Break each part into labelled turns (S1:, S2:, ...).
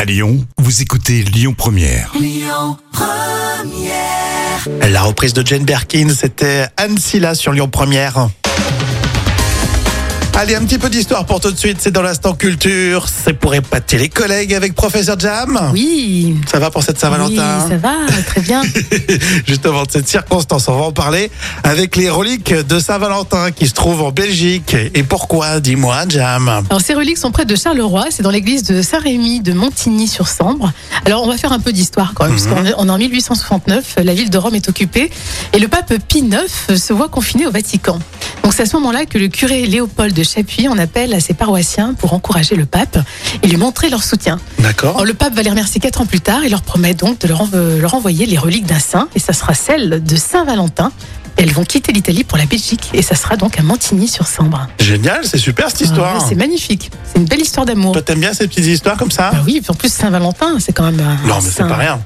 S1: À Lyon, vous écoutez Lyon Première.
S2: La reprise de Jane Birkin, c'était Anne Silla sur Lyon Première. Allez, un petit peu d'histoire pour tout de suite, c'est dans l'instant culture, c'est pour épater les collègues avec Professeur Jam.
S3: Oui.
S2: Ça va pour cette Saint-Valentin
S3: Oui, ça va, très bien.
S2: Juste avant de cette circonstance, on va en parler avec les reliques de Saint-Valentin qui se trouvent en Belgique. Et pourquoi, dis-moi Jam
S3: Alors, ces reliques sont près de Charleroi, c'est dans l'église de Saint-Rémy de Montigny-sur-Sambre. Alors, on va faire un peu d'histoire quand même, parce qu'on est- on est en 1869, la ville de Rome est occupée, et le pape Pie IX se voit confiné au Vatican. Donc, c'est à ce moment-là que le curé Léopold de Chapuis en appelle à ses paroissiens pour encourager le pape et lui montrer leur soutien.
S2: D'accord
S3: Alors, le pape va les remercier quatre ans plus tard et leur promet donc de leur, env- euh, leur envoyer les reliques d'un saint, et ça sera celle de Saint-Valentin. Elles vont quitter l'Italie pour la Belgique, et ça sera donc à Montigny-sur-Sambre.
S2: Génial, c'est super cette
S3: Ah
S2: histoire.
S3: ouais, c'est magnifique. C'est une belle histoire d'amour.
S2: Toi, t'aimes bien ces petites histoires comme ça
S3: Bah oui, puis en plus Saint-Valentin, c'est quand même. un
S2: Non, mais c'est
S3: saint.
S2: pas rien.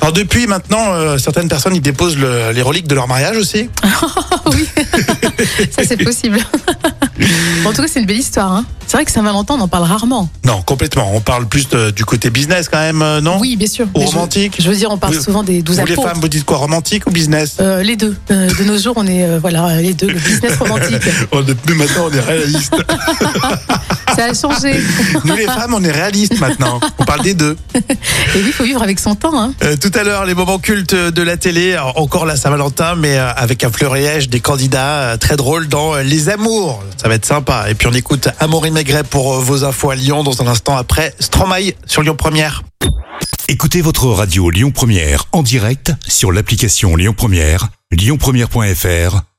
S2: Alors depuis maintenant, euh, certaines personnes ils déposent le- les reliques de leur mariage aussi.
S3: Ça, c'est possible. en tout cas, c'est une belle histoire. hein. C'est vrai que Saint-Valentin, on en parle rarement.
S2: Non, complètement. On parle plus de- du côté business quand même, euh, non
S3: Oui, bien sûr.
S2: Ou
S3: Mais je-
S2: romantique.
S3: Je, veux dire, on parle
S2: Vous-
S3: souvent des douze
S2: Vous les
S3: apôtres.
S2: femmes, vous dites quoi, romantique ou business
S3: Euh, les deux. Euh, de nos jours, on est euh, voilà euh, les deux. Le business romantique,
S2: Euh, On est- Nous maintenant, on est réaliste.
S3: ça a changé.
S2: Nous les femmes, on est réaliste maintenant. On parle des deux.
S3: Et oui, il faut vivre avec son temps. hein.
S2: Euh, tout à l'heure, les moments cultes de la télé, Alors, encore la Saint-Valentin, mais euh, avec un florilège des candidats euh, très drôles dans euh, Les Amours. Ça va être sympa. Et puis on écoute Amaury Maigret pour euh, vos infos à Lyon dans un instant après Stromae sur Lyon Première.
S1: Écoutez votre radio Lyon Première en direct sur l'application Lyon Première, lyonpremière.fr